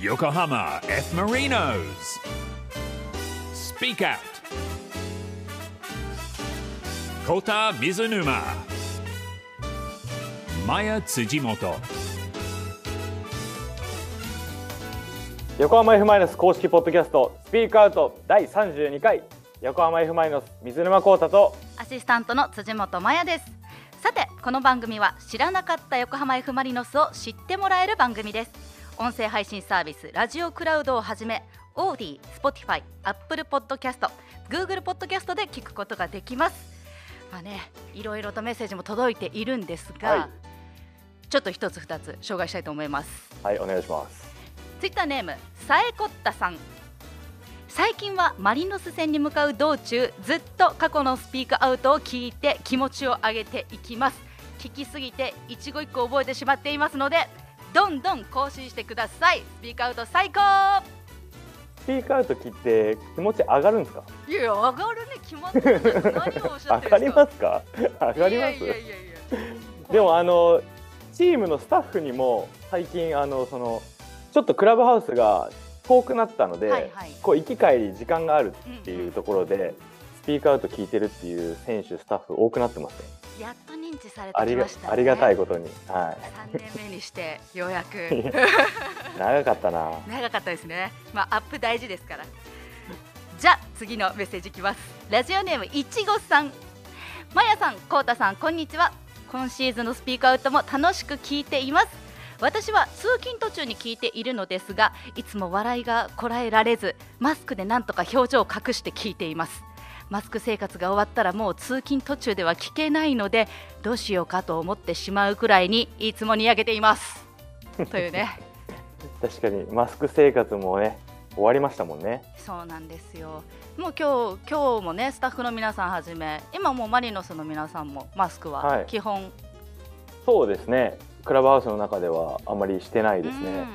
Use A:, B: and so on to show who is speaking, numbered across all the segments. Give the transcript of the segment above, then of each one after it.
A: Yokohama F. Marinos. Speak Out. Kota Mizunuma. Maya Tsujimoto.
B: 横浜 F マイナス公式ポッドキャストスピークアウト第32回横浜 F マイナス水沼孝太と
C: アシスタントの辻本真也ですさてこの番組は知らなかった横浜 F ・マリノスを知ってもらえる番組です音声配信サービスラジオクラウドをはじめオーディ、スポティファイ、アップルポッドキャスト、グーグルポッドキャストで聞くことができますまあね、いろいろとメッセージも届いているんですが、
B: は
C: ちょっと一つ二つ紹介したいと思います
B: はいお願いします
C: ツイッターネームさえこったさん最近はマリノス戦に向かう道中ずっと過去のスピークアウトを聞いて気持ちを上げていきます聞きすぎて一語一句覚えてしまっていますのでどんどん更新してくださいスピークアウト最高
B: スピークアウト切って気持ち上がるんですか
C: いや上がるね決まってるね何をおっしゃ
B: 上
C: ってる
B: が
C: んで
B: り
C: すか
B: ますか上がります
C: いやいやいやいや
B: でもあのチームのスタッフにも最近あのそのちょっとクラブハウスが遠くなったので、
C: はいはい
B: こう行き帰り時間があるっていうところで、スピークアウト聞いてるっていう選手スタッフ多くなってますね
C: やっと認知され
B: あ
C: てき
B: りが
C: ましたね
B: ありがたいことに、は
C: 3年目にしてようやく
B: い、長かったな
C: 長かったですねまあアップ大事ですからじゃあ次のメッセージいきますラジオネームいちごさんまやさんこうたさんこんにちは今シーズンのスピークアウトも楽しく聞いています私は通勤途中に聞いているのですがいつも笑いがこらえられずマスクでなんとか表情を隠して聞いていますマスク生活が終わったらもう通勤途中では聞けないのでどうしようかと思ってしまうくらいにいつもにやけていますというね
B: 確かにマスク生活もね終わりましたもんね
C: そうなんですよ。もう今日今日もねスタッフの皆さんはじめ、今もうマリノスの皆さんもマスク
B: は
C: はい基本、
B: そうですねクラブハウスの中ではあまりしてないです
C: う
B: ね
C: ん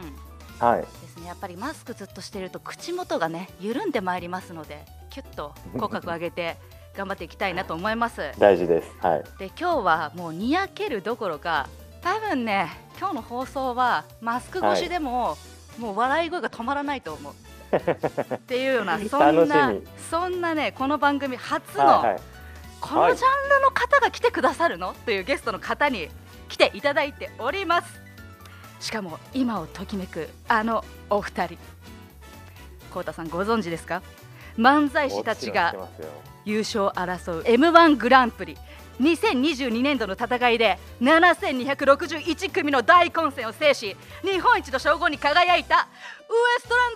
B: はい
C: ですね。やっぱりマスクずっとしてると口元がね緩んでまいりますので、キュッと口角上げて頑張っていきたいなと思います。
B: 大事ですはい
C: で今日はもうにやけるどころか、多分ね今日の放送はマスク越しでも、もう笑い声が止まらないと思う。 っていうようなそんな
B: 楽しみ
C: そんなねこの番組初の、
B: はいはい
C: このジャンルの方が来てくださるのというゲストの方に来ていただいておりますしかも今をときめくあのお二人こうたさんご存知ですか漫才師たち
B: も
C: が
B: ちろんしてますよ
C: 優勝を争う m 1グランプリ2022年度の戦いで7261組の大混戦を制し日本一の称号に輝いたウエストラン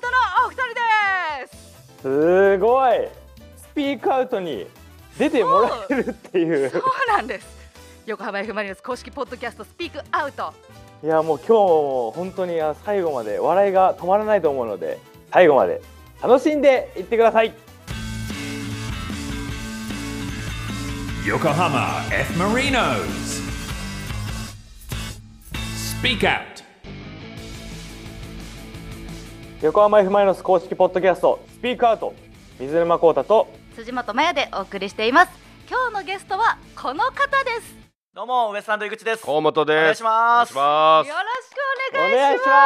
C: ドのお
B: す
C: 二人です
B: ごいスピークアウトに出てもらえるっていう
C: そうなんです横浜 F ・マリノス公式ポッドキャストスピークアウト
B: いやもう今日も本当にあ最後まで笑いが止まらないと思うので最後まで楽しんでいってください
A: Yokohama F. Marinos. Speak Out.
B: 横浜 F マイノス公式ポッドキャストスピークアウト水沼孝太と
C: 辻本麻也でお送りしています今日のゲストはこの方です
D: どうもウエストランド井口です。
E: 河本です。
D: お願いします
E: お
C: よろ
E: 願い
C: し
E: し
C: く
E: ま
C: お
B: お
C: 願い
B: 願いします
D: いや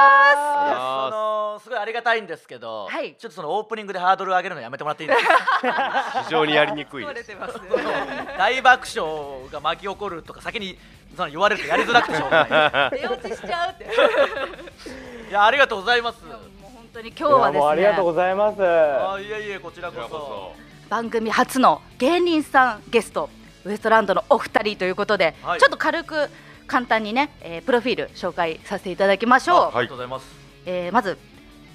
E: あ
D: そのすごいありがたいんですけど、
C: はい
D: ちょっとそのオープニングでハードル上げるのやめてもらっていいですか。
E: す。非常にやりにくい
C: 取
E: で
C: れ
E: す。
C: てます
D: 大爆笑が巻き起こるとか先にその言われるとやりづらくてしょうが な
C: 出落ちしちゃ うって
D: い。いやありがとうございます。
C: もう本当に今日は
B: い
C: で
B: やもうありがとう
C: す
B: ご
C: ね
B: ざいます
D: あいえいえこちらこそ。
C: 番組初の芸人さんゲストウエストランドのお二人ということで、
D: はい
C: ちょっと軽く簡単にね、えープロフィール紹介させていただきましょう、
D: あありがとうございます。
C: えーまず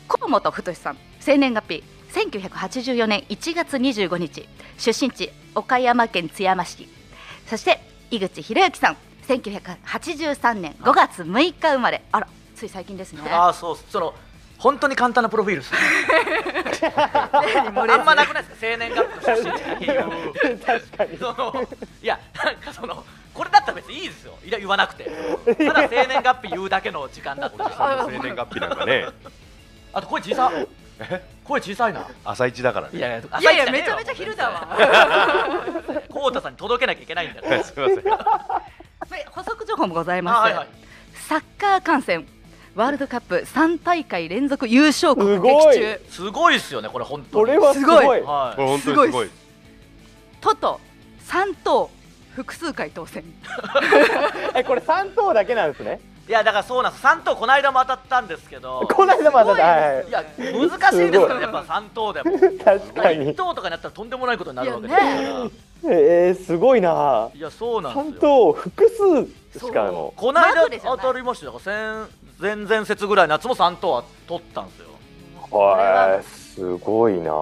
C: 河本太さん生年月日1984年1月25日出身地岡山県津山市そして井口博之さん1983年5月6日生まれあらつい最近ですね
D: ああそうその本当に簡単なプロフィールですね。あんまなくないですか生年月日出身地っていう
B: 確かに
D: その いやなんかそのこれだったら別にいいですよいや言わなくてただ生年月日言うだけの時間だった
E: おじさんの生年月日なんかね、
D: あと声小さ 声小さいな
E: 朝一だからね。
D: いやいや
C: いやいやめちゃめちゃ昼だわ
D: コウタさんに届けなきゃいけないんだから
E: すみません。
C: 補足情報もございます、
D: あはいはい
C: サッカー観戦ワールドカップ3大会連続優勝国
B: すごい
C: 的中
D: すごいっすよねこれ本当
B: こ
D: に
B: れはす
C: すご
B: ごい。
E: こ
D: は
E: れ本当にすごい。
C: トト3等複数回当選
B: え、これ三等だけなんですね。
D: い、いやだからそうなんです3等この間も当たったんですけど
B: こないだまだだ。はい
D: いや難しいですからねやっぱ3等でも
B: 確か
D: 1
B: に。
D: 等とかになったらとんでもないことになるわけ
C: い
D: で
C: や
D: す
C: ね
D: から
B: えー、すごいな。
D: いやそうなんです
B: 三
D: よ
B: 等複数しかも。
D: この間
C: まぐれじゃな
D: 当
C: い
D: たりましたよだから先前々節ぐらい夏も3等は取ったんですよ
B: はい、すごいな。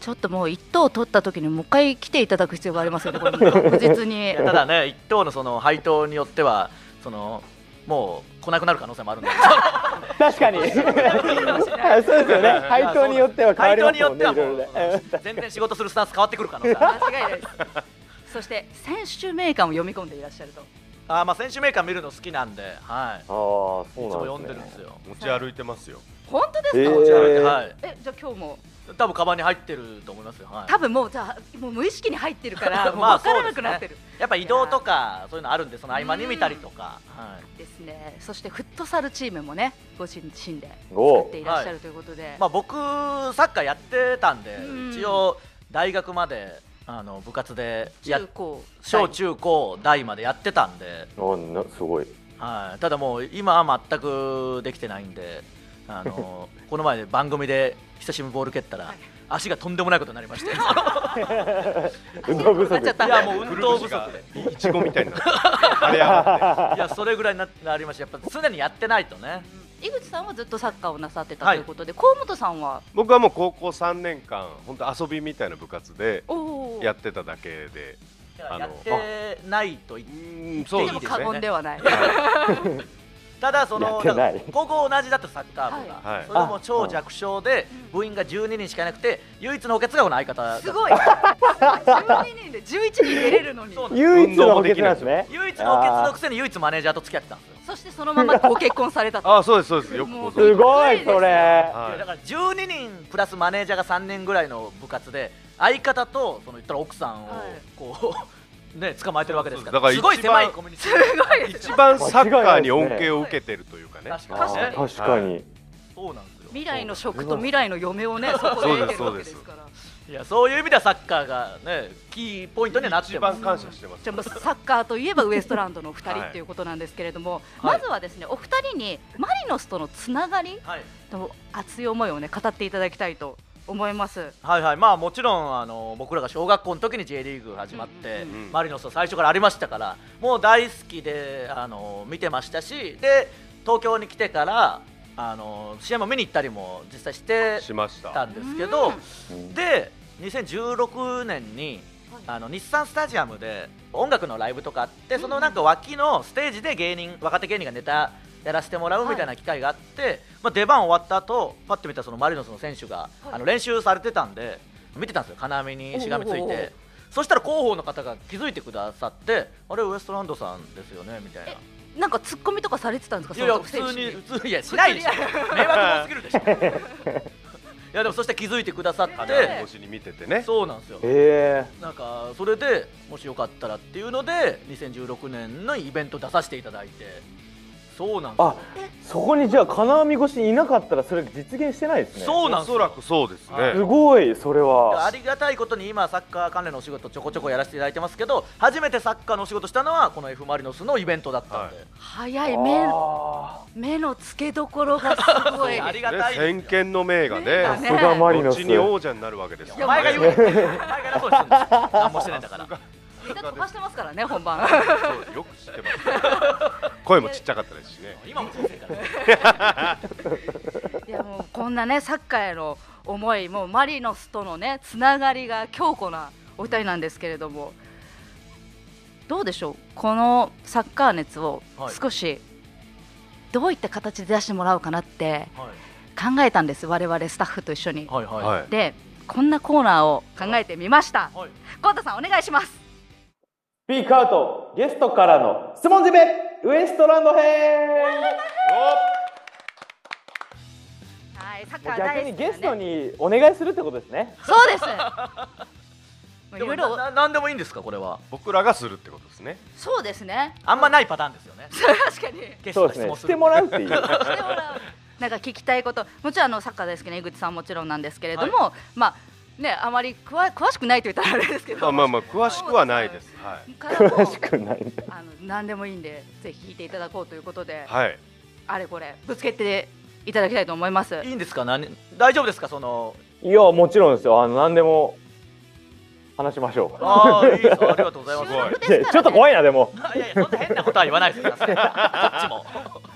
C: ちょっともう1等取った時にもう一回来ていただく必要がありますよねこれ確実に
D: いやただね一等のその配当によってはそのもう来なくなる可能性もあるんで
B: 確かに。 そうですよね。 配当によっては変わりますもんね。い
D: 配当
B: ろい
D: に
B: ろ
D: よ
B: ね
D: ってはもううん全然仕事するスタンス変わってくる可能性ある
C: 間違いないですそして選手名鑑を読み込んでいらっしゃると
D: あーまあ選手メーカー見るの好きなんではい
B: ああ、そ
D: いつも読
B: うんな
D: で
B: んです
D: る
B: ね
D: んです。よ
E: 持ち歩いてますよ。
C: 本当ですか、
D: 持ち歩いて
B: えー
D: はい
C: えじゃあ今日も
D: 多分カバンに入ってると思いますよはい
C: 多分もうじゃあもう無意識に入ってるからもう
D: まあ
C: 分からなくなってる
D: やっぱ移動とかそういうのあるんでその合間に見たりとかはい
C: ですねそしてフットサルチームもねご自身で
B: おう
C: 作っていらっしゃるということで、
D: まあ、僕、サッカーやってたんで、
C: うん
D: 一応、大学まであの部活でや
C: 中高
D: 小中高大までやってたんで、
B: おなすごい。
D: はい、ただもう今は全くできてないんであのこの前番組で久しぶりにボール蹴ったら、足がとんでもないことになりましてい
B: 運動不
C: な っちゃ
B: 足。
C: った
D: やもう運動不足
E: が
D: で
E: いちごみたいになってる。あれや
D: いやそれぐらいにななりましたやっぱ常にやってないとね
C: 井口さんはずっとサッカーをなさってた
D: は
C: と
D: い
C: いうことで、河本さんは
E: 僕はもう高校3年間本当遊びみたいな部活で
C: おー
E: やってただけで。あの
D: やってないと言っ
E: う
D: て
E: ーん
C: で
E: そう
C: も
E: です
C: 過言で
E: ね。
C: はない、
E: は
D: ただそ
B: や
D: の
B: ってない
D: だから高校同じだったサッカー部が、
E: はいはい
D: それも超弱小で部員が12人しかいなくて唯一の補欠がこの相方だった
C: すごい12人で11人出れるのに
D: そうなんです
B: 唯一の補欠なんですね。
D: 唯一の補欠のくせに唯一マネージャーと付き合ってたんですよ
C: そしてそのままご結婚されたと
E: ああそうですそうですよく
C: も
E: ご
C: う
E: 存
B: す
E: 知。
B: ごいそれ。
D: いやだ
E: は
D: から12人プラスマネージャーが3年ぐらいの部活で相方とその言ったら奥さんを
C: はい
D: こう、 ね捕まえてるわけですから
E: そうです
D: す
E: だか
D: ご
E: ら
D: い狭い
E: 一番
D: コミュニティ
E: い。一番サッカーに恩恵を受けてるというかね。
D: 確
B: あ
D: かにね
B: ー確かに。
D: そうなんですよ
C: 未来の職と未来の嫁をねそこで得てるわけですから
D: いやそういう意味ではサッカーがねキーポイントにはなって
E: 一
D: ま
E: 番
D: す
E: 感謝してます。
C: じゃあもうサッカーといえばウエストランドのお二人
E: はい
C: っていうことなんですけれども、
D: はい
C: まずはですねお二人にマリノスとのつながり
D: はい
C: と熱い思いをね語っていただきたいと思います。
D: はいはいまあもちろんあの僕らが小学校の時に J リーグ始まって、
E: んうんうん
D: マリノスは最初からありましたからもう大好きであの見てましたしで東京に来てからあの試合も見に行ったりも実際して
E: しました。
D: たんですけど、
B: うん
D: で2016年にあの日産スタジアムで音楽のライブとかあってそのなんか脇のステージで芸人若手芸人がネタやらせてもらうみたいな機会があって、まあ、出番終わった後パッと見たそのマリノスの選手が、
C: はい
D: あの練習されてたんで見てたんですよ金網にしがみつ
C: お
D: い
C: おお
D: てそしたら広報の方が気づいてくださってあれウエストランドさんですよねみたいな。
C: なんかツッコミとかされてたんですか。
D: いやいや普
C: その
D: 通
C: 選手
D: に普通にいやしないでしょ迷惑者すぎるでしょ いやでもそして気づいてくださって
E: 花を越しに見ててね。
D: そうなんですよ
B: え
D: なんかそれでもしよかったらっていうので2016年のイベント出させていただいてそうなん
B: ー、
D: で
B: あそこにじゃあ金網越しにいなかったらそれ実現してないです
D: す
B: ね
D: よそうなん
E: お
D: です
E: そ
D: よ
E: らくそうですね。
B: すごいそれ
D: あ
B: は
D: りがたいことに今サッカー関連のお仕事ちょこちょこやらせていただいてますけど初めてサッカーのお仕事したのはこの F ・マリノスのイベントだったんで、
E: は
C: 早い目
B: あ
C: 目の付けどころがす ごい。
D: ありが
E: ね
D: たいです
E: 先
D: よ
E: 見の明が
C: ね
E: ね
C: え。
B: ーさすがマリ
E: ど
B: ノ
E: っ
B: ス
E: ちに王者になるわけです
D: いや
E: よ
D: お前が言う
E: ね。
D: お前が偉そうにしてるんだよ何もしてないん だから
C: ネタ飛ばしてますからね本番。
E: そうよく知ってます。声もちっちゃかったですしね。
D: 今も先生からね
C: いやもうこんなねサッカーへの思いもうマリノスとのねつながりが強固なお二人なんですけれどもどうでしょうこのサッカー熱を
D: はい
C: 少しどういった形で出してもらおうかなって
D: は
C: 考えたんです我々スタッフと一緒に、
D: いはいは
E: はいい。
C: でこんなコーナーを考えてみました
D: はい
C: コウタさんお願いします
B: スピークアウトゲストからの質問攻めウエストランド編
C: はいサッカ
B: もう
C: ー大好き
B: 逆
C: なね
B: にゲストにお願いするってことですね
C: そうです まあい
D: で
C: ろ
D: も
C: いろ
D: ななんでもいいんですかこれは
E: 僕らがするってことですね
C: そうですね
D: あんまないパターンですよね
C: 確かにして
D: ゲス
B: そ
D: ト
B: う
D: が
B: です
D: 質
B: ね
D: 問
B: し
D: す
B: て
D: る
B: もらうって いう
C: もらうなんか聞きたいこともちろんあのサッカー大好きな井口さんもちろんなんですけれども、まあねあまり詳詳しくないと言ったらあれですけど
E: あまあまあ詳しくはないですはい、
C: からも
B: 詳しくないね
C: あの何でもいいんでぜひ聞いていただこうということで、
E: はい、
C: あれこれぶつけていただきたいと思います。
D: いいんですか何大丈夫ですか その
B: いやもちろんですよあの何でも話しましょう
D: ああいいですありがとうございます
E: すごい
B: いやちょっと怖いなでも
D: いやいやそんな変なことは言わないです よさすがにこっちも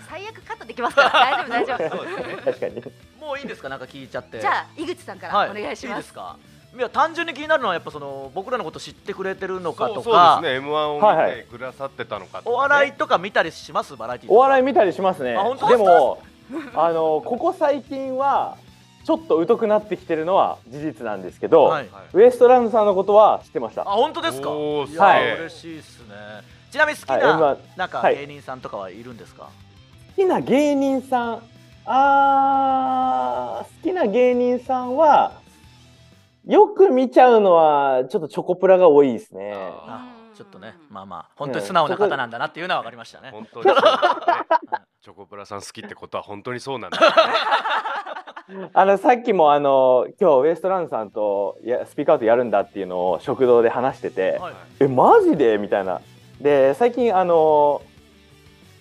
C: 最悪カットできますから大丈夫大丈夫。
D: そうですね
B: 確かに
D: もういいんですかなんか聞いちゃって
C: じゃあ井口さんからお願いし
D: い
C: ま。
D: ですすかいや単純に気になるのはやっぱその僕らのこと知ってくれてるのか
E: そ
D: と
E: うそう
D: か
E: ですね M1 を
B: はい
E: 見
B: はい
E: てくださってたのかとかね、
D: お笑いとか見たりしますバラエティーとか
B: お笑い見たりしますね
D: あ本当
B: でもあのここ最近はちょっと疎くなってきてるのは事実なんですけど、
D: はい
E: はい
B: ウエストランドさんのことは知ってまし
D: あ
B: た
D: 本当ですか
E: おー
D: い
B: は
D: や
B: い
D: 嬉しいですねちなみに好き
B: は
D: ない
B: M1
D: なんか
B: はい
D: 芸人さんとかはいるんですか
B: 好きな芸人さんあー好きな芸人さんはよく見ちゃうのはちょっとチョコプラが多いですね
E: あ
D: あ
C: うん
D: ちょっとねまあまあ本当に素直な方なんだなっていうのは分かりましたね
E: 本当にそうだね チョコプラさん好きってことは本当にそうなんだ
B: あのさっきもあの今日ウエストランドさんといやスピーカーアウトやるんだっていうのを食堂で話してて、
D: はい
B: えマジでみたいなで最近あの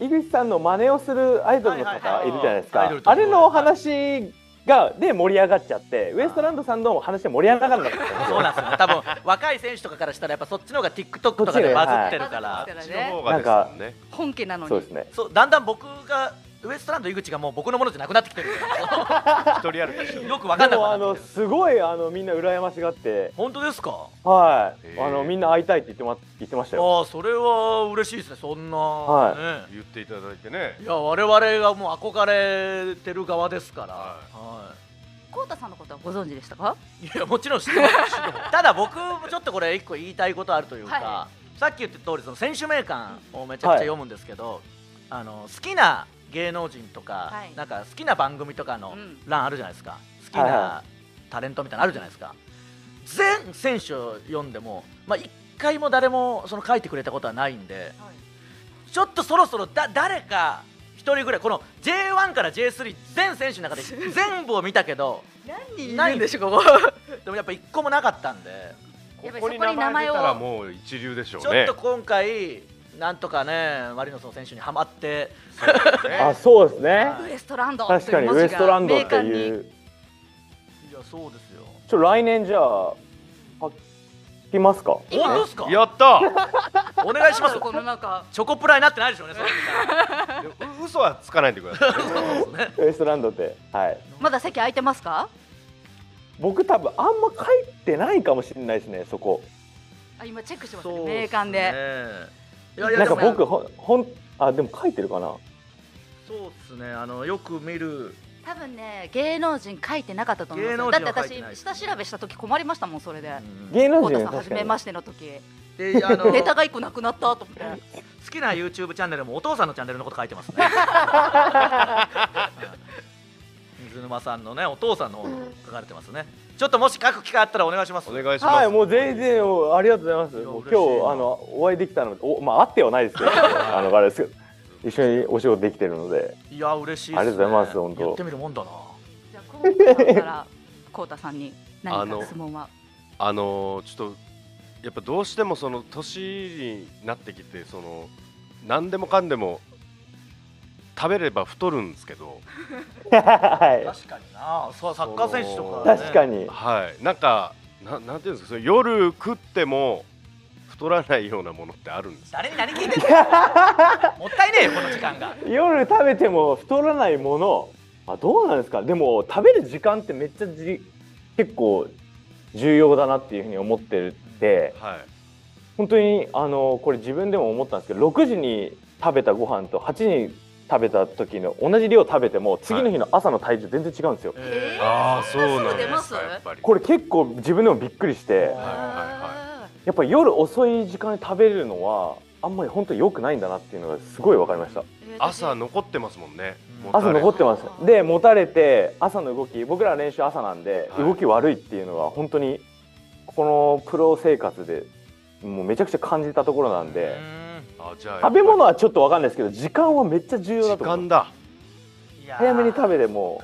B: 井口さんの真似をするアイドルの
D: はいはい
B: 方
D: はいい
B: るじゃないですか、
D: アイドルと
B: あれのお話がで盛り上がっちゃってウエストランドさんの話で盛り上がらなかったんです
D: そう
B: よ
D: なんですよね多分若い選手とかからしたらやっぱそっちの方が TikTok とかでバズってるから、
C: はい
E: あっちの方がですもんね
C: 本家なの
B: そう
C: に
B: です。ね
D: そうだんだん僕がウエストランド井口がもう僕のものじゃなくなってきてるん
E: 一人歩きし
D: で
E: て
D: よく分か
B: で
D: んなく
B: も
D: な
B: あ
D: って
B: の
D: きてる
B: すごいあのみんな羨ましがって
D: 本当ですか
B: はい
E: へー
B: あのみんな会いたいって言ってま言ってましたよ
D: ああそれは嬉しいですねそんな、
B: はい
D: ね
E: 言っていただいてね
D: いや我々がもう憧れてる側ですから、
E: は
D: は
C: コウタさんのことはご存知でしたか？
D: い、いやもちろん知ってますし ただ僕もちょっとこれ一個言いたいことあるというか、
C: は
D: さっき言った通りその選手名鑑をめちゃくちゃ読むんですけど、あの好きな芸能人とか、
C: はい
D: なんか好きな番組とかの
C: うん
D: 欄あるじゃないですか好き
B: はい
D: な
B: は
D: タレントみたいなのあるじゃないですか全選手を読んでもまあ、一回も誰もその書いてくれたことはないんで、ちょっとそろそろだ誰か一人ぐらいこの J1 から J3 全選手の中で全部を見たけど
C: 何
D: 人
C: 人
D: い
C: い
D: る
C: る
D: ん
C: ん
D: で
C: で
D: し
C: しょここ。
D: でもやっぱ 一個もなかったんで
E: こ
C: やっぱり
E: こに
C: そこ
E: 名
C: に名
E: 前
C: 前
E: 出
C: を
E: たらもう一流でしょ
D: ち
E: う
D: ょっ
E: ね
D: と今回なんとかねマリノスの選手にはまって
E: そうね
B: あそうですね
D: はい
C: ウエストランド
B: 確かにウエストランドって
C: という
B: い
C: 文字が明確に
B: う
D: いやそうですよ
B: ちょ来年じゃあ書きます か
D: 本当ですか
E: や った
D: お願いします
C: この中
D: チョコプラになってないでしょうねそれ
E: でう嘘はつかないでくださいね
D: そうですね
B: ウエストランドってはい
C: まだ席空いてますか？
B: 僕多分あんま書いてないかもしれないですねそこ
C: あ今チェックします
D: そ
C: ね
D: うっすね
C: 名鑑で。
D: いやいや
B: なんか
D: でも
B: 僕ほんほんあでも書いてるかな
D: そうですねあのよく見る
C: 多分ね芸能人書いてなかったと思いますよ。だ
D: 芸能
C: って
D: 人は書いてない
C: 私下調べした時困りましたもんそれで。
B: 芸能
C: コウ
B: 人は
C: タ
B: 確
C: さん初
B: か
C: め
B: に
C: ましての時
D: であの
C: ネタが一個なくなったと思って。
D: 好きな YouTube チャンネルもお父さんのチャンネルのこと書いてますね水沼さんのねお父さんの方に書かれてますねちょっともし書く機会あったらお願いします
E: お願いします
B: はいもう全然もうありがとうございます
D: いや
B: もう
D: 嬉しいな
B: 今日あのお会いできたのでおまあ会ってはない ですけどあのあれですけど一緒にお仕事できてるので
D: いや嬉しいっすね
B: ありがとうございます本当
D: 言ってみるもんだな
C: じゃあコウタさんからコウタさんに
E: あ
C: 何
E: の
C: か質問は。
E: あのーちょっとやっぱどうしてもその年になってきてその何でもかんでも食べれば太るんですけど、
B: は
D: 確かになそうサッカー選手とか、
B: い
D: ね、
B: 確か
D: に
B: に
E: はい、なんかななんていうんですかそれ夜食っても太らないようなものってあるんですか
D: 誰に何聞いてんだよもったいねえよこの時間が
B: 夜食べても太らないものあどうなんですかでも食べる時間ってめっちゃじ結構重要だなっていうふうに思ってるって
E: はい
B: 本当にあのこれ自分でも思ったんですけど6時に食べたご飯と8時に食べた時の同じ量食べても次の日の朝の体重全然違うんですよ、
D: えー
E: ああそう
C: な
E: なんん
C: で
E: ですす
C: か
E: か
C: や
E: や
C: っ
E: っぱり
B: これ結構自分でもびっくりして
E: はいはい
C: はい。
B: やっぱり夜遅い時間に食べれるのはあんまり本当良くないんだなっていうのがすごい分かりました
C: えー
E: 朝残ってますもんね
D: うん
E: もたれ
B: 朝残ってま
C: あ
B: す
C: ー
B: で持たれて朝の動き僕ら練習朝なんで
E: はい
B: 動き悪いっていうのが本当にこのプロ生活でもうめちゃくちゃ感じたところなんで、
E: あじゃあ
B: 食べ物はちょっとわかんないですけど時間はめっちゃ重要だ
E: 時
B: と思う
E: 間だ
B: 早めに食
D: べ
B: べても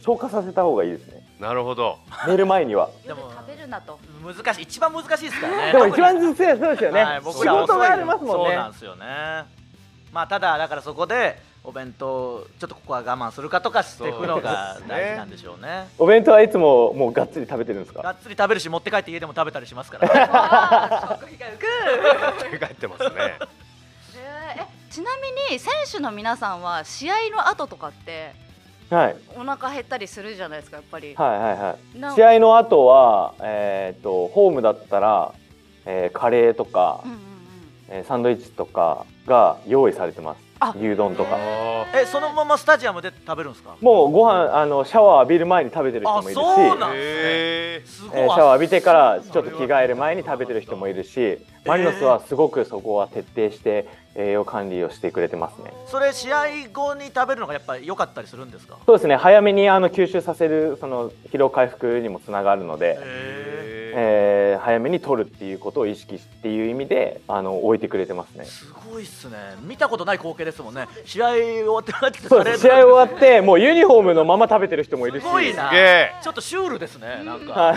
B: う消化させた方がいいです ね
E: なるほど
B: 寝る前には
D: で
C: 夜
D: も
C: 食べるなと
D: 難しい一番難しいですからね
B: でも一番
D: 特
B: ず
D: に
B: つそうですよね、
D: はい
B: 仕
D: 僕らは
B: 事がありますもん
D: そう
B: ね
D: なんですよねまあただだからそこでお弁当ちょっとここは我慢するかとかしていくのが
E: そうですね
D: 大事なんでしょうね
B: お弁当はいつももうがっつり食べてるんです
D: が
B: か
D: っつり食べるし持って帰って家でも食べたりしま すから、ね、
C: わあ食費が浮く
E: 帰ってますね
C: えーえちなみに選手の皆さんは試合の後とかって
B: はい
C: お腹減ったりするじゃないですかやっぱり、
B: はいはいはい
C: な
B: 試合の後はえっ、とホームだったら、えーカレーとか、
C: うんうんうん
B: えーサンドイッチとかが用意されてます
C: あ
B: 牛丼とか
E: あ
D: えそのままスタジアムで食べるんですか
B: もうご飯あのシャワー浴びる前に食べてる人もいるし
D: あそうなん
E: ーへえ
D: すごい、
B: えーシャワー浴びてからちょっと着替える前に食べてる人もいるしマリノスはすごくそこは徹底して栄養管理をしてくれてますね
D: それ試合後に食べるのがやっぱり良かったりするんですか
B: そうですね早めにあの吸収させるその疲労回復にもつながるので、
D: へ
B: えー早めに取るっていうことを意識していう意味であの置いてくれてますね
D: えすごいっすね見たことない光景ですもんね試合終わってなって
B: そうです試合終わってもうユニフォームのまま食べてる人もいるし
D: すごいな
E: すげえ
D: ちょっとシュールですねなんか
B: は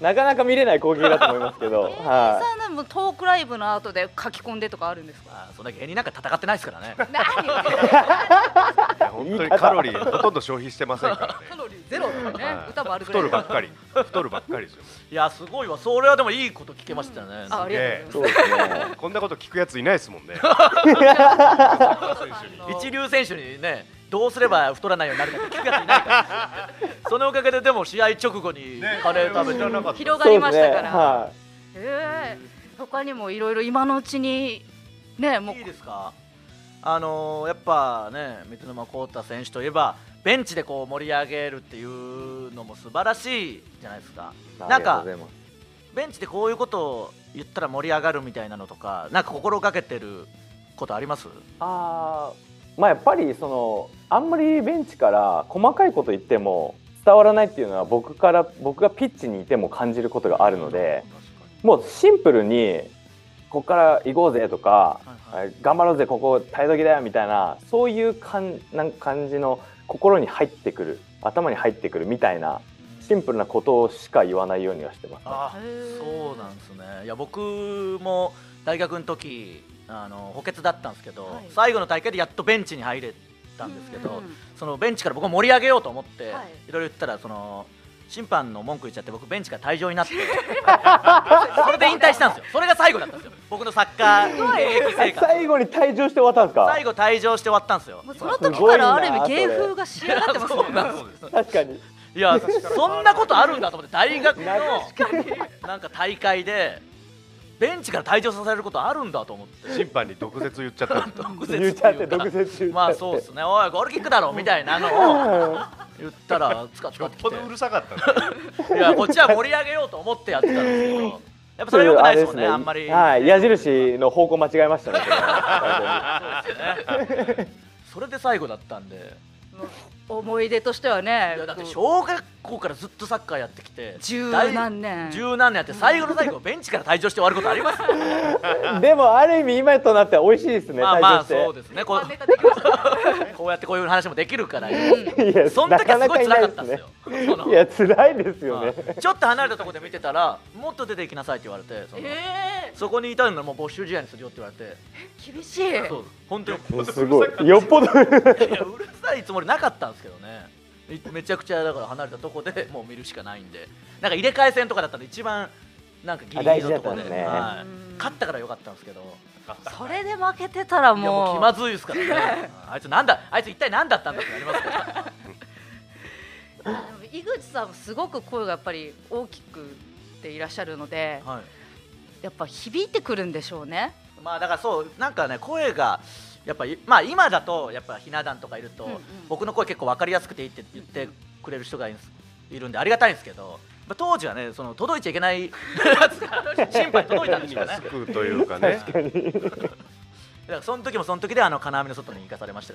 B: いなかなか見れない光景だと思いますけど、
C: 芸人
B: は
C: さんでもトークライブの後で書き込んでとかあるんですか
D: まあそんな芸人なんか戦ってないですからね
C: 何
E: いや本当にカロリーほとんど消費してませんか
C: カロリーゼロとかね、
E: らね
C: 歌もあるぐら
E: 太
C: い
E: る
C: だ
E: ば
C: から
E: っかり太るばっかりですよ
D: いやすごいわそれはでもいいこと聞けましたね、
C: あありがとうございま
B: い、
C: す
B: そうですね
E: こんなこと聞くやついないですもんね
D: 一流選手にねどうすれば太らないようになるかって聞くやついないからそのおかげででも試合直後にカレー食べ
E: 知
D: て
E: ら
D: る、
E: なかった
C: 広がりましたから、
B: はい
C: ええ他にもいろいろ今のうちにねもう
D: いいですかあのーやっぱね水沼宏太選手といえばベンチでこう盛り上げるっていうのも素晴らしいじゃないですか
B: あ
D: な
B: りがとう
D: んか
B: ございます
D: ベンチでこういうことを言ったら盛り上がるみたいなのとかなんか心がけてることあります
B: あーまあやっぱりそのあんまりベンチから細かいこと言っても伝わらないっていうのは僕から僕がピッチにいても感じることがあるのでもうシンプルにここから行こうぜとか、
D: はいは
B: 頑張ろうぜここ耐え時だよみたいなそういうかんなんか感じの心に入ってくる頭に入ってくるみたいなシンプルなことしか言わないようにはしてます。
D: あ
C: へー
D: そうなんですねいや僕も大学の時あの補欠だったんですけど、
C: はい
D: 最後の大会でやっとベンチに入れたんですけど、
C: うんうんうん
D: そのベンチから僕も盛り上げようと思って、
C: はい
D: い、ろいろ言ったらその審判の文句言っちゃって僕ベンチから退場 になってそれで引退したんですよそれが最後だったんですよ僕のサッカー現 役生活
B: 最後に退場して終わったんですか
D: 最後退場して終わったんですよ
C: もうその時からある意味芸風が仕
D: い
C: 上
D: や
C: がってます
D: そ
C: よね
D: うなんです
B: 確かに
D: いやそんなことあるんだと思って大学のなんか大会でベンチから退場させることあるんだと思って
E: 審判に毒舌言っちゃった
D: 毒舌
B: 言っちゃって
D: いうか
B: 毒舌言っちゃって
D: まあそうですねおいゴールキックだろみたいなのを 言ったらつかつか
E: よっ
D: ってき
E: ぽ
D: て
E: どうるさかったね
D: いやこっちは盛り上げようと思ってやってたんですけどやっぱそれ良くないですもんねあんまり
B: はい、矢印の方向間違えましたね。それは
D: それで最後だったんで
C: 思い出としてはね
D: いやだって
C: こう
D: 小学校からずっとサッカーやってきて
C: 十
D: 大
C: 何年
D: 十何年やって最後の最後ベンチから退場して終わることあります
B: でもある意味今となっては美味しいですね。
D: まあまあ
B: 退場
D: そうですねこ
C: あネタできました
D: う こうやってこういう話もできるから
B: して いや
D: そんだけすごい辛かったん
B: なな
D: ですよ
B: か
D: そ
B: いないですね。
D: の
B: いや辛いですよね。
D: ちょっと離れたところで見てたらもっと出ていきなさいって言われてその
C: え
D: そこにいたのにもう没収試合にするよって言われて
C: ー、厳しい
D: そう本当に
B: すごいよっ ぽど
D: いやうるさいつもりなかったんですけどねいめちゃくちゃだから離れたとこでもう見るしかないんでなんか入れ替え戦とかだったら一番なんかギリギリのとこ
B: あ大事だったん
D: で
B: ですね
D: は
C: うん
D: い、勝ったから良かったんですけどい
C: それで負けてたら
D: やもう
C: も
D: 気
C: う
D: まずいですからねあいつなんだあいつ一体何だったんだってなりますから
C: あでも井口さんもすごく声がやっぱり大きくていらっしゃるので
D: はい
C: やっぱ響いてくるんでしょうね
D: まあだからそうなんかね声がやっぱいまあ今だとやっぱひな壇とかいると、
C: うんうん
D: 僕の声結構わかりやすくていいって言ってくれる人がいるんですいるんでありがたいんですけど、まあ、当時はねその届いちゃいけ ないやつが審判に届いたんですよね。
E: 救うというかね
D: だからその時もその時であの金網の外に行かされました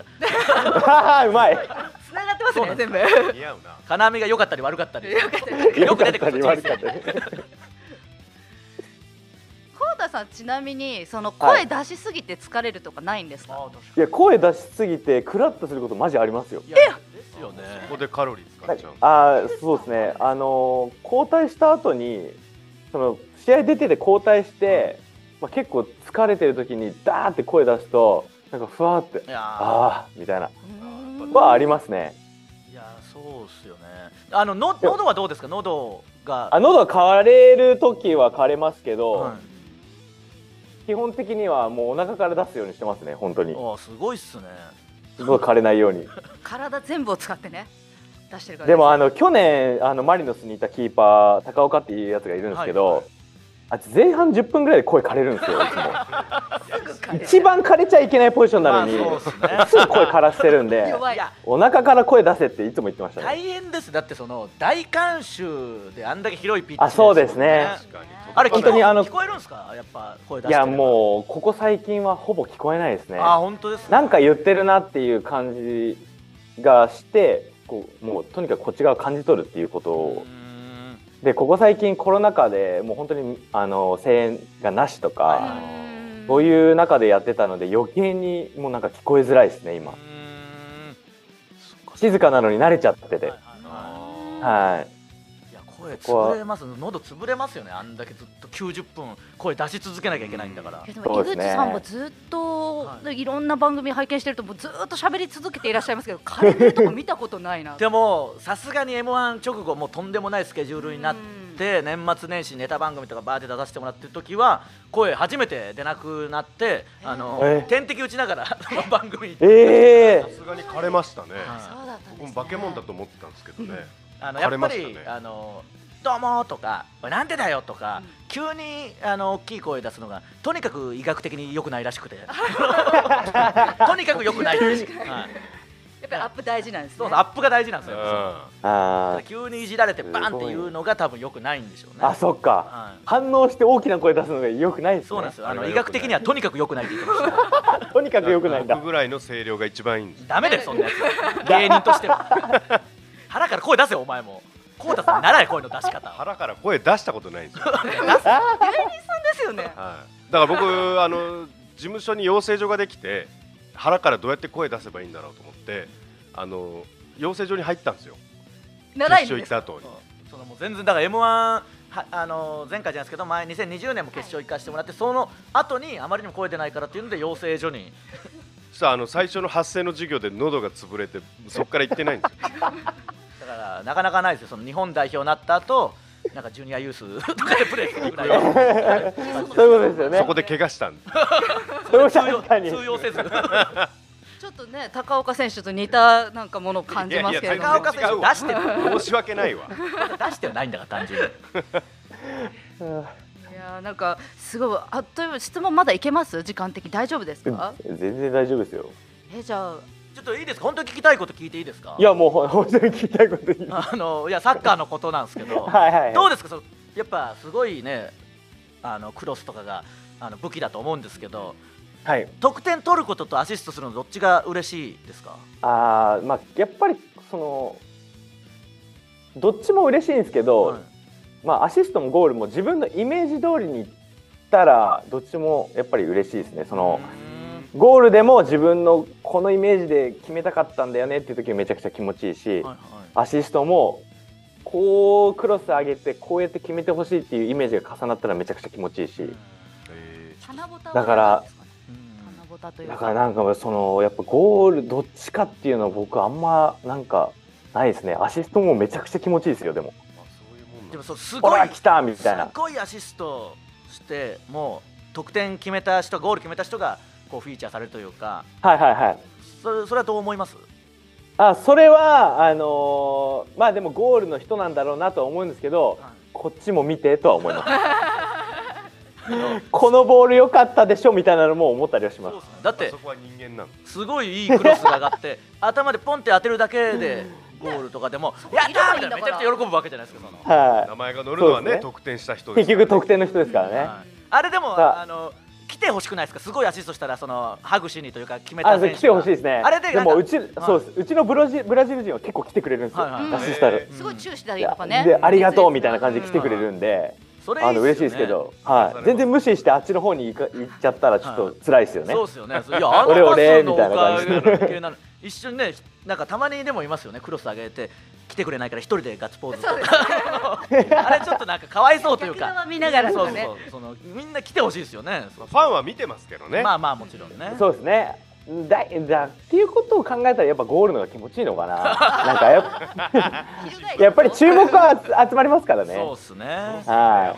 D: から
B: あーうまい。
C: つながってます
D: そうな
C: ね
D: んで
C: 全部
E: 似合うな
D: 金網が良かったり悪かったりよく出てくる
B: よかったり悪かったり
C: 原さんちなみにその声出しすぎて疲れるとかないんですか、
D: あー確か
B: いや声出しすぎてクラッとすることマジありますよ
D: にいやですよね
E: ここでカロリー使っちゃう
B: あーそうですねあのー交代した後にその試合出てて交代して、まあ、結構疲れてる時にダーって声出すとなんかふわーって
D: いや
B: あーみたいな
C: うーん
B: はありますね
D: ーいやーそうっすよねあのの喉はどうですか喉が
B: あ喉が枯れる時は枯れますけど、
D: はい
B: 基本的にはもうお腹から出すようにしてますね本当に
D: あーすごいっすね
B: 喉枯れないように
C: 体全部を使ってね出してるから
B: でもあの去年あのマリノスにいたキーパー高岡っていうやつがいるんですけど、
D: はいはい
B: あ前半10分ぐらいで声枯れるんです よいつも
C: すぐ枯れる
B: 一番枯れちゃいけないポジションなのに、
D: まあそうっすね
B: すぐ声枯らしてるん で
C: 弱い
B: お腹から声出せっていつも言ってましたね
D: 大変ですだってその大観衆であんだけ広いピッチ
B: あそうですね
E: 確かに
D: あれ聞こ
B: 本当にあの
D: 聞こえるんですかやっぱ声
B: い
D: 出してれ
B: や
D: ば
B: もうここ最近はほぼ聞こえないですね
D: あ本当ですね
B: なんか言ってるなっていう感じがしてこうもうとにかくこっち側を感じ取るっていうこと
D: う
B: を
D: ーん
B: でここ最近コロナ禍でもう本当にあの声援がなしとか、
D: は
B: そういう中でやってたので余計にもうなんか聞こえづらいですね
D: うー
B: 今
D: んそっか
B: 静かなのに慣れちゃってて
D: はいはいは
E: あ
B: はい
D: いいや声
B: こは
D: 潰れます喉潰れますよねあんだけずっと90分声出し続けなきゃいけないんだから
C: いやで
B: そ
C: も
B: うで
C: 井
B: す
C: 口
B: ね
C: さんもずっと
D: はい
C: いろんな番組拝見してるともうずっと喋り続けていらっしゃいますけど枯れてるとこ見たことないな
D: でもさすがに m 1直後もうとんでもないスケジュールになって年末年始ネタ番組とかバーって出させてもらってる時は声初めて出なくなってあの、
B: え
D: 点滴打ちながらその番組に
B: ええ
E: さすがに枯れましたね
D: はい
C: そうだったんです、ね、
E: 僕も化け物だと思ってたんですけどね
D: あのや
E: 枯
D: っ
E: れ
D: ぱ
E: ました
D: り、
E: ね
D: あのどうもとかおいなんでだよとか、急にあの大きい声出すのがとにかく医学的に良くないらしくて とにかく良くないっていう、はい、
C: やっぱりアップ大事なんです
D: そ
C: ね
D: うそうアップが大事なんです
E: う
D: よ、
E: ん
D: やっ
B: あ
D: ぱ急にいじられてバンっていうのが多分良くないんでしょうね
B: ーあそっか
D: はい
B: 反応して大きな声出すのが良くないですね
D: そうなんですよ。あ
E: あ
D: の
E: れ
D: 医
E: が良く
D: 学的にはとにかく良くないって言ってまし
B: とにかく良くないんだ
E: 僕ぐらいの声量が一番いいんです
D: た。ダ メだよそんなやつ。芸人と しては。腹から声出せよお前も。コウタさん習え声の出し方。
E: 腹から声出したことないんですよはい
C: ですよね
E: だから僕あの事務所に養成所ができて腹からどうやって声出せばいいんだろうと思ってあの養成所に入ったんですよ
C: 習い
E: 決
C: に
E: 勝
C: で
E: 行っ
C: す
E: た後 に
D: そのもう全然だから M1 はあの前回じゃないですけど前2020年も決勝行かせてもらってその後にあまりにも声出ないからっていうので養成所に。
E: そしたらあの最初の発声の授業で喉が潰れてそこから行ってないんですよ
D: だからなかなかないですよ。その日本代表になった後。なんかジュニアユース とかでプレーするぐらい
B: そういうことですよ ね
E: そこで怪我したんで
B: それも
D: 通用
B: 確かに
D: 通用 せず
C: ちょっとね高岡選手と似たなんかものを感じますけれども
E: いやい
D: 高
E: や
D: 岡選手出してる
E: 申し訳ないわ
D: 出してはないんだから単純に
C: いやーなんかすごいあっという間質問まだいけます時間的に大丈夫ですか
B: 全然大丈夫ですよ
C: えじゃあ
D: ちょっといいですか本当に聞きたいこと聞いていいですか
B: いやもうほ本当に聞きたいこと言う
D: あのいやサッカーのことなんですけど、
B: はいはいはい
D: どうですかそのやっぱすごいねあのクロスとかがあの武器だと思うんですけど
B: はい
D: 得点取ることとアシストするのどっちが嬉しいですか
B: あーまあやっぱりそのどっちも嬉しいんですけど、
D: はい
B: まあ、アシストもゴールも自分のイメージ通りにいったらどっちもやっぱり嬉しいですねそのゴールでも自分のこのイメージで決めたかったんだよねっていう時めちゃくちゃ気持ちいいし、
D: はいはい
B: アシストもこうクロス上げてこうやって決めてほしいっていうイメージが重なったらめちゃくちゃ気持ちいいし
E: え
C: 花ボタ
B: だから
D: うん
C: 花ボタという
B: だからなんかそのやっぱゴールどっちかっていうのは僕あんまなんかないですねアシストもめちゃくちゃ気持ちいいですよでも
E: ーまあそういうもん
D: でも
E: なんだ
D: そうす
B: 「ほ
D: ご
B: ら
D: い
B: 来た!」み
D: す
B: たいな
D: ごいアシストしてもう得点決めた人ゴール決めた人がこうフィーチャーされるというか
B: はいはいはい
D: それそれはどう思います
B: あそれはあのーまあでもゴールの人なんだろうなとは思うんですけど、
D: はい
B: こっちも見てとは思い ますこのボール良かったでしょみたいなのも思ったりはします
D: そうですねだって
E: やぱそこは人間なの
D: すごいいいクロスが上がって 頭でポンって当てるだけでゴールとかでも「やった!」みたいなめちゃくちゃ喜ぶわけじゃないですかその、
B: は
E: 名前が乗るのは
B: そう
E: ね
B: ですね
E: 得点した人
B: い
E: です
B: 結
E: から
B: 局得点の人ですからね、
D: はいあれでも
B: さあ
D: あの来てほしくないですかすごいアシストしたらそのハグしにというか決めた
B: あ
D: 選手
B: そう
D: が
B: 来てほしいですね
D: あれでなん
B: も
D: か
B: うち、
D: い
B: そうですうちのブラジブラジル人は結構来てくれるんですよ、
D: はいはい
B: アシスタル、
D: ん
C: すごい注意したり
B: いや
C: とかね
B: でありがとうみたいな感じで来てくれるんで、
D: それいい
B: あ
D: っす
B: の
D: よ
B: 嬉
D: ね
B: しいですけど、はい、全然無視してあっちの方に行か行っちゃったらちょっと辛いですよね。
D: そうっすよねそうい やあの
B: 俺
D: パス
B: 俺
D: のお
B: みたいな感じで
D: かげなの一緒にねなんかたまにでもいますよねクロス上げて来てくれないから一人でガッツポーズと
C: そうで
D: か あれちょっとなんかかわいそうという
C: 逆
D: か
C: 側見ながらと
D: そう
C: か
D: そう
C: ね
D: そうそのみんな来てほしいですよね
E: まあファンは見てますけどね、
D: まあまあもちろんね
B: そうですね。だだっていうことを考えたらやっぱゴールの方が気持ちいいのか な。なんかやっやっぱり注目は集まりますから
D: そう
B: ね
D: っ。すね
B: は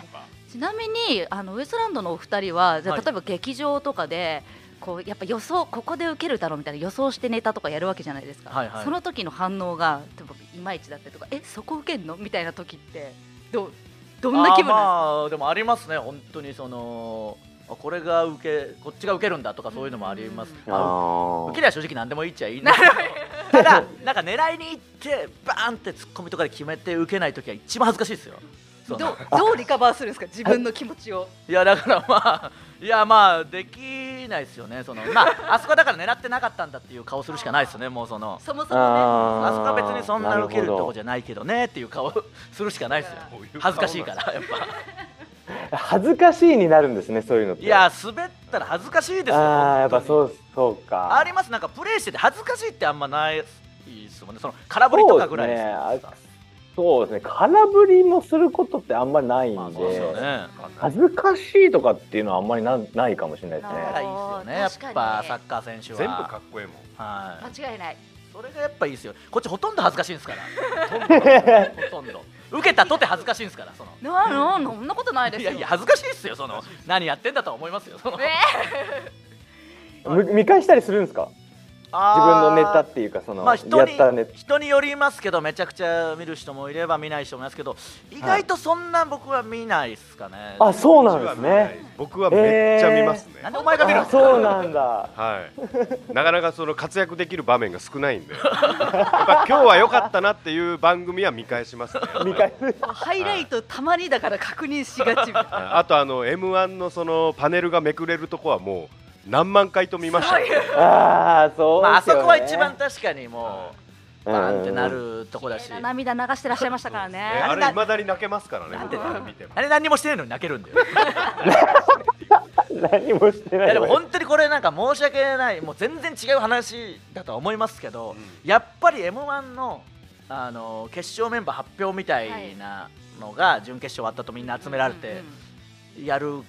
C: ちなみにあのウエストランドのお二人はじゃあ
D: はい
C: 例えば劇場とかで、こうやっぱ予想ここで受けるだろうみたいな予想してネタとかやるわけじゃないですか、
D: はいはい
C: その時の反応が例えばいまいちだったりとかえそこ受けんのみたいな時ってどうどんな気分なんで
D: あーまあでもありますね本当にそのあこれが受けこっちが受けるんだとかそういうのもあります、
B: い。
D: まあ
B: あ
D: 受
B: ー
D: けりゃ正直何でもいいっちゃいいんですけどただなんか狙いに行ってバーンってツッコミとかで決めて受けない時は一番恥ずかしいですよ
C: す
D: そ
C: か
D: う
C: どうどうリカバーするんですか自分の気持ちを
D: いやだからまあいやまあできないですよねそのまああそこはだから狙ってなかったんだっていう顔するしかないですねもうその
C: そもそも
B: あ
D: あそこは別にそんな受けるとこ
B: ゃ
D: じゃないけどねっていう顔するしかないですよ
E: こういう顔
D: 恥ずかしいからやっぱ
B: 恥ずかしいになるんですねそういうのって。
D: いや滑ったら恥ずかしいですよ
B: ああやっぱ
D: 本当に
B: そうそうか。
D: ありますなんかプレーしてて恥ずかしいってあんまないですもんねその空振りとかぐらいで
B: そ
D: す
B: うですねそうですね空振りもすることってあんまりないんで、
D: まあそうですよね
B: 恥ずかしいとかっていうのはあんまりなないかもしれないです
D: だ
B: ね
D: か。らいいですよねやっ
C: 確かに
D: ぱサッカー選手は
E: 全部かっこええもん
D: はい
C: 間違いない
D: それがやっぱいいですよこっちほとんど恥ずかしいんですからほとんど受けたとて恥ずかしいんですからその
C: ななそんなことないです
D: い
C: よ
D: やいや恥ずかしいっすよその何やってんだとは思いますよその
C: え
B: む見返したりするんですか？自分のネタっていうかその、
D: まあ人
B: やったネ
D: に人によりますけどめちゃくちゃ見る人もいれば見ない人もいますけど意外とそんな僕は見ないっすかね、
B: あそうなんですね。
E: 僕はめっちゃ見ますね、
D: なんでお前が見るん
B: あ
D: ですか
B: そうなんだ。
E: はい、なかなかその活躍できる場面が少ないんでやっぱ今日は良かったなっていう番組は見返しますね
B: 見返す。
C: ハイライトたまにだから確認しがち
E: あとあの m 1のそのパネルがめくれるとこはもう何万回と見ましたよ
B: ああそう
D: まあ、あ
B: です
D: そ
B: よね
D: こは一番確かにもうバーンってな
B: うん
D: るとこだし、あ
C: 涙流してらっしゃいましたからね
E: あれ未だに泣けますからね
D: なんでだよ
E: 見ても
D: れ何にもしてないのに泣けるんだよ
B: 何もしてないい。
D: やでも本当にこれなんか申し訳ないもう全然違う話だとは思いますけど、やっぱり m 1のあの決勝メンバー発表みたいなのが準決勝終わったとみんな集められてやる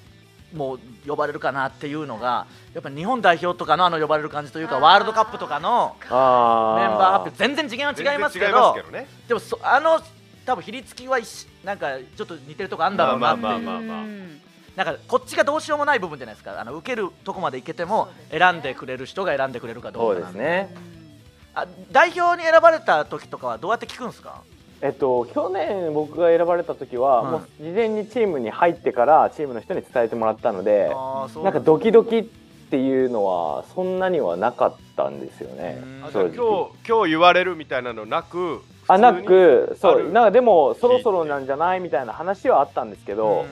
D: もう呼ばれるかなっていうのがやっぱ日本代表とかのあの呼ばれる感じというか
C: あー
D: ワールドカップとかのメ
B: あ
D: ン
B: ー
D: バー発表全然次元は違いますけ
E: 全然違い
D: ど
E: ますけどね
D: でもそあの多分比率きは一緒なんかちょっと似てるとこあるんだろうなっていう、
E: まあまあまあ
D: なんかこっちがどうしようもない部分じゃないですかあの受けるとこまでいけても
C: そうですね
D: 選んでくれる人が選んでくれるかど
B: そうう
D: か
B: で
D: なん
B: す
D: で
B: ね。
D: あ代表に選ばれた時とかはどうやって聞くんですか
B: えっと、去年僕が選ばれた時は、
D: はい
B: もう事前にチームに入ってからチームの人に伝えてもらったので
D: あーそう
B: なんかドキドキっていうのはそんなにはなかったんですよね
D: うん
E: あじゃあ
B: 正
E: 今日
B: 直
E: 今日言われるみたいなのなく
B: あな
E: 普通に
B: くそ
E: あ
B: う
E: る
B: なんかでもそろそろなんじゃないみたいな話はあったんですけど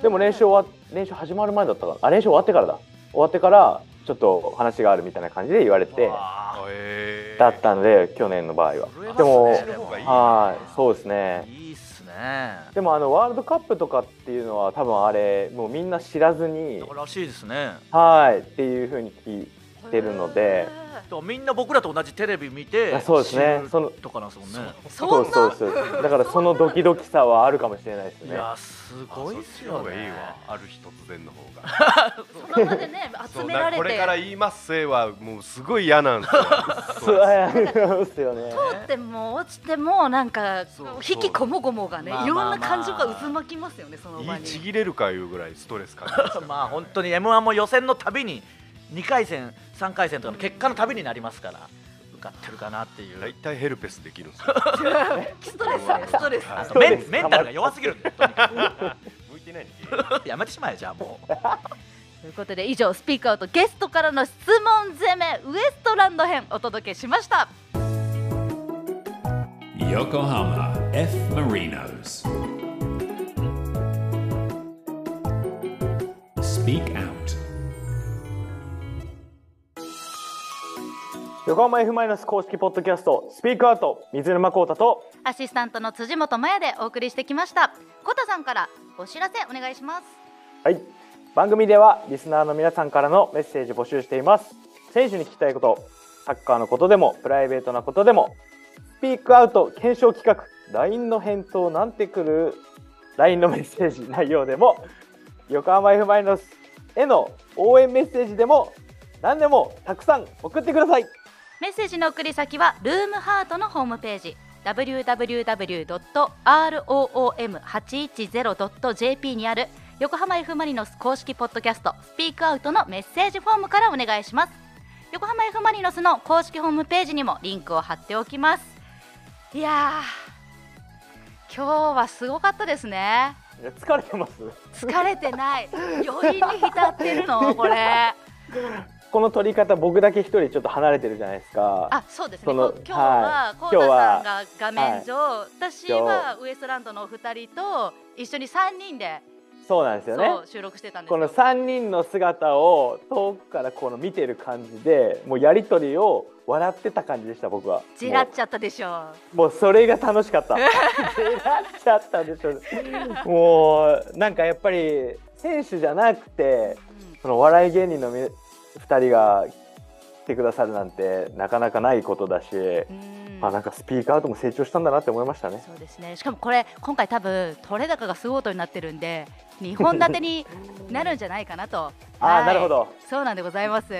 B: でも練習終わ練習始まる前だったかなあ練習終わってからだ終わってからちょっと話があるみたいな感じで言われて
D: あ
E: あへー
B: だったので去年の場合は
D: それは
B: でも
D: それはいいね
B: はいそうですね
D: ーいいっすね
B: でもあのワールドカップとかっていうのは多分あれもうみんな知らずに
D: らしいですね
B: はいっていう風に聞いてるので
D: だからみんな僕らと同じテレビ見て
B: あそうですね
D: 知る
B: その
D: とかなんですもんね
C: そんな
B: そうそうそうだからそのドキドキさはあるかもしれないです
D: い
B: ね
D: やすごいっすよ
E: そっちの方が
D: ね
E: いいわある日突然の方が
C: その場でね集
E: そう
C: めら
E: な
C: れ
E: これから
C: て
E: 言いますせいはもうすごい嫌なんです よ
B: そうそうですよね
C: 通っても落ちてもなんか
E: そう
C: 引きこもごもがね
D: まあ
C: いろんな
D: まあま
C: 感
D: あ
C: 情が渦巻きますよねその場
E: 言い
C: に
E: ちぎれるかいうぐらいストレス感じましたね
D: まあ本当に m 1も予選のたびに2回戦、3回戦とかの結果のたびになりますから受かってるかなっていう、
E: 大体ヘルペスできる んですよ
C: ストレスストレス
E: はい
D: あとメ
B: そうで
D: ン
B: す
D: メンタルが弱すぎる んだよとにか
E: 向いてないね
D: くやめてしまえ、じゃあもう。
C: ということで以上スピークアウトゲストからの質問攻めウエストランド編お届けしました
A: Yokohama F Marinos. Speak Out.
B: 横浜 F マイナス公式ポッドキャストスピークアウト水沼孝太と
C: アシスタントの辻元麻也でお送りしてきましたコタさんからお知らせお願いします
B: はい番組ではリスナーの皆さんからのメッセージ募集しています選手に聞きたいことサッカーのことでもプライベートなことでもスピークアウト検証企画 LINE の返答なんてくる LINE のメッセージ内容でも横浜 F ・マイノスへの応援メッセージでも何でもたくさん送ってください
C: メッセージの送り先はルームハートのホームページ www.room810.jp にある横浜 F ・マリノス公式ポッドキャストスピークアウトのメッセージフォームからお願いします横浜 F ・マリノスの公式ホームページにもリンクを貼っておきますいやー今日はすごかったですね
B: いや疲れてます
C: 疲れてない余韻に浸って るのこれ
B: この取り方僕だけ一人ちょっと離れてるじゃないですか
C: あそうですね
B: その
C: こ今日は
B: はい
C: こう
B: 今日
C: たさ
B: は
C: んが画面上、私はウエストランドのお二人と一緒に三人で、
B: そうなんですよね
C: そう収録してたんです
B: こ
C: よ
B: の3人の姿を遠くからこの見てる感じでもうやり取りを笑ってた感じでした僕は
C: じらっちゃったでしょ
B: もうもうそれが楽しかった じらっちゃったでしょもうなんかやっぱり選手じゃなくて
C: う、うん
B: そのお笑い芸人のみ2人が来てくださるなんてなかなかないことだし、
C: うん
B: まあなんかスピーカーとも成長したんだなって思いましたね
C: そうですねしかもこれ今回多分取れ高がすごいことになってるんで2本立てになるんじゃないかなと
B: あー
C: はい
B: なるほど
C: そうなんでございます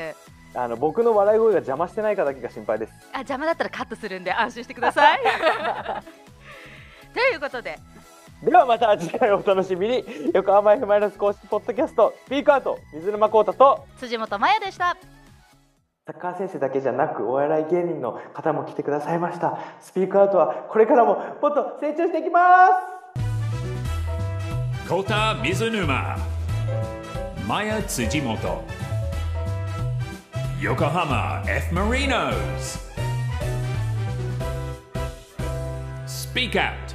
B: あの僕の笑い声が邪魔してないかだけが心配です
C: あ邪魔だったらカットするんで安心してくだ さい ということで
B: ではまた次回お楽しみに横浜 F ・マイナス公式ポッドキャストスピークアウト水沼孝太と
C: 辻本麻也でした
B: サッカー選手だけじゃなくお笑い芸人の方も来てくださいましたスピークアウトはこれからももっと成長していきます
A: Kota Mizunuma. Maya Tsujimoto. Yokohama F. Marinos. Speak Out.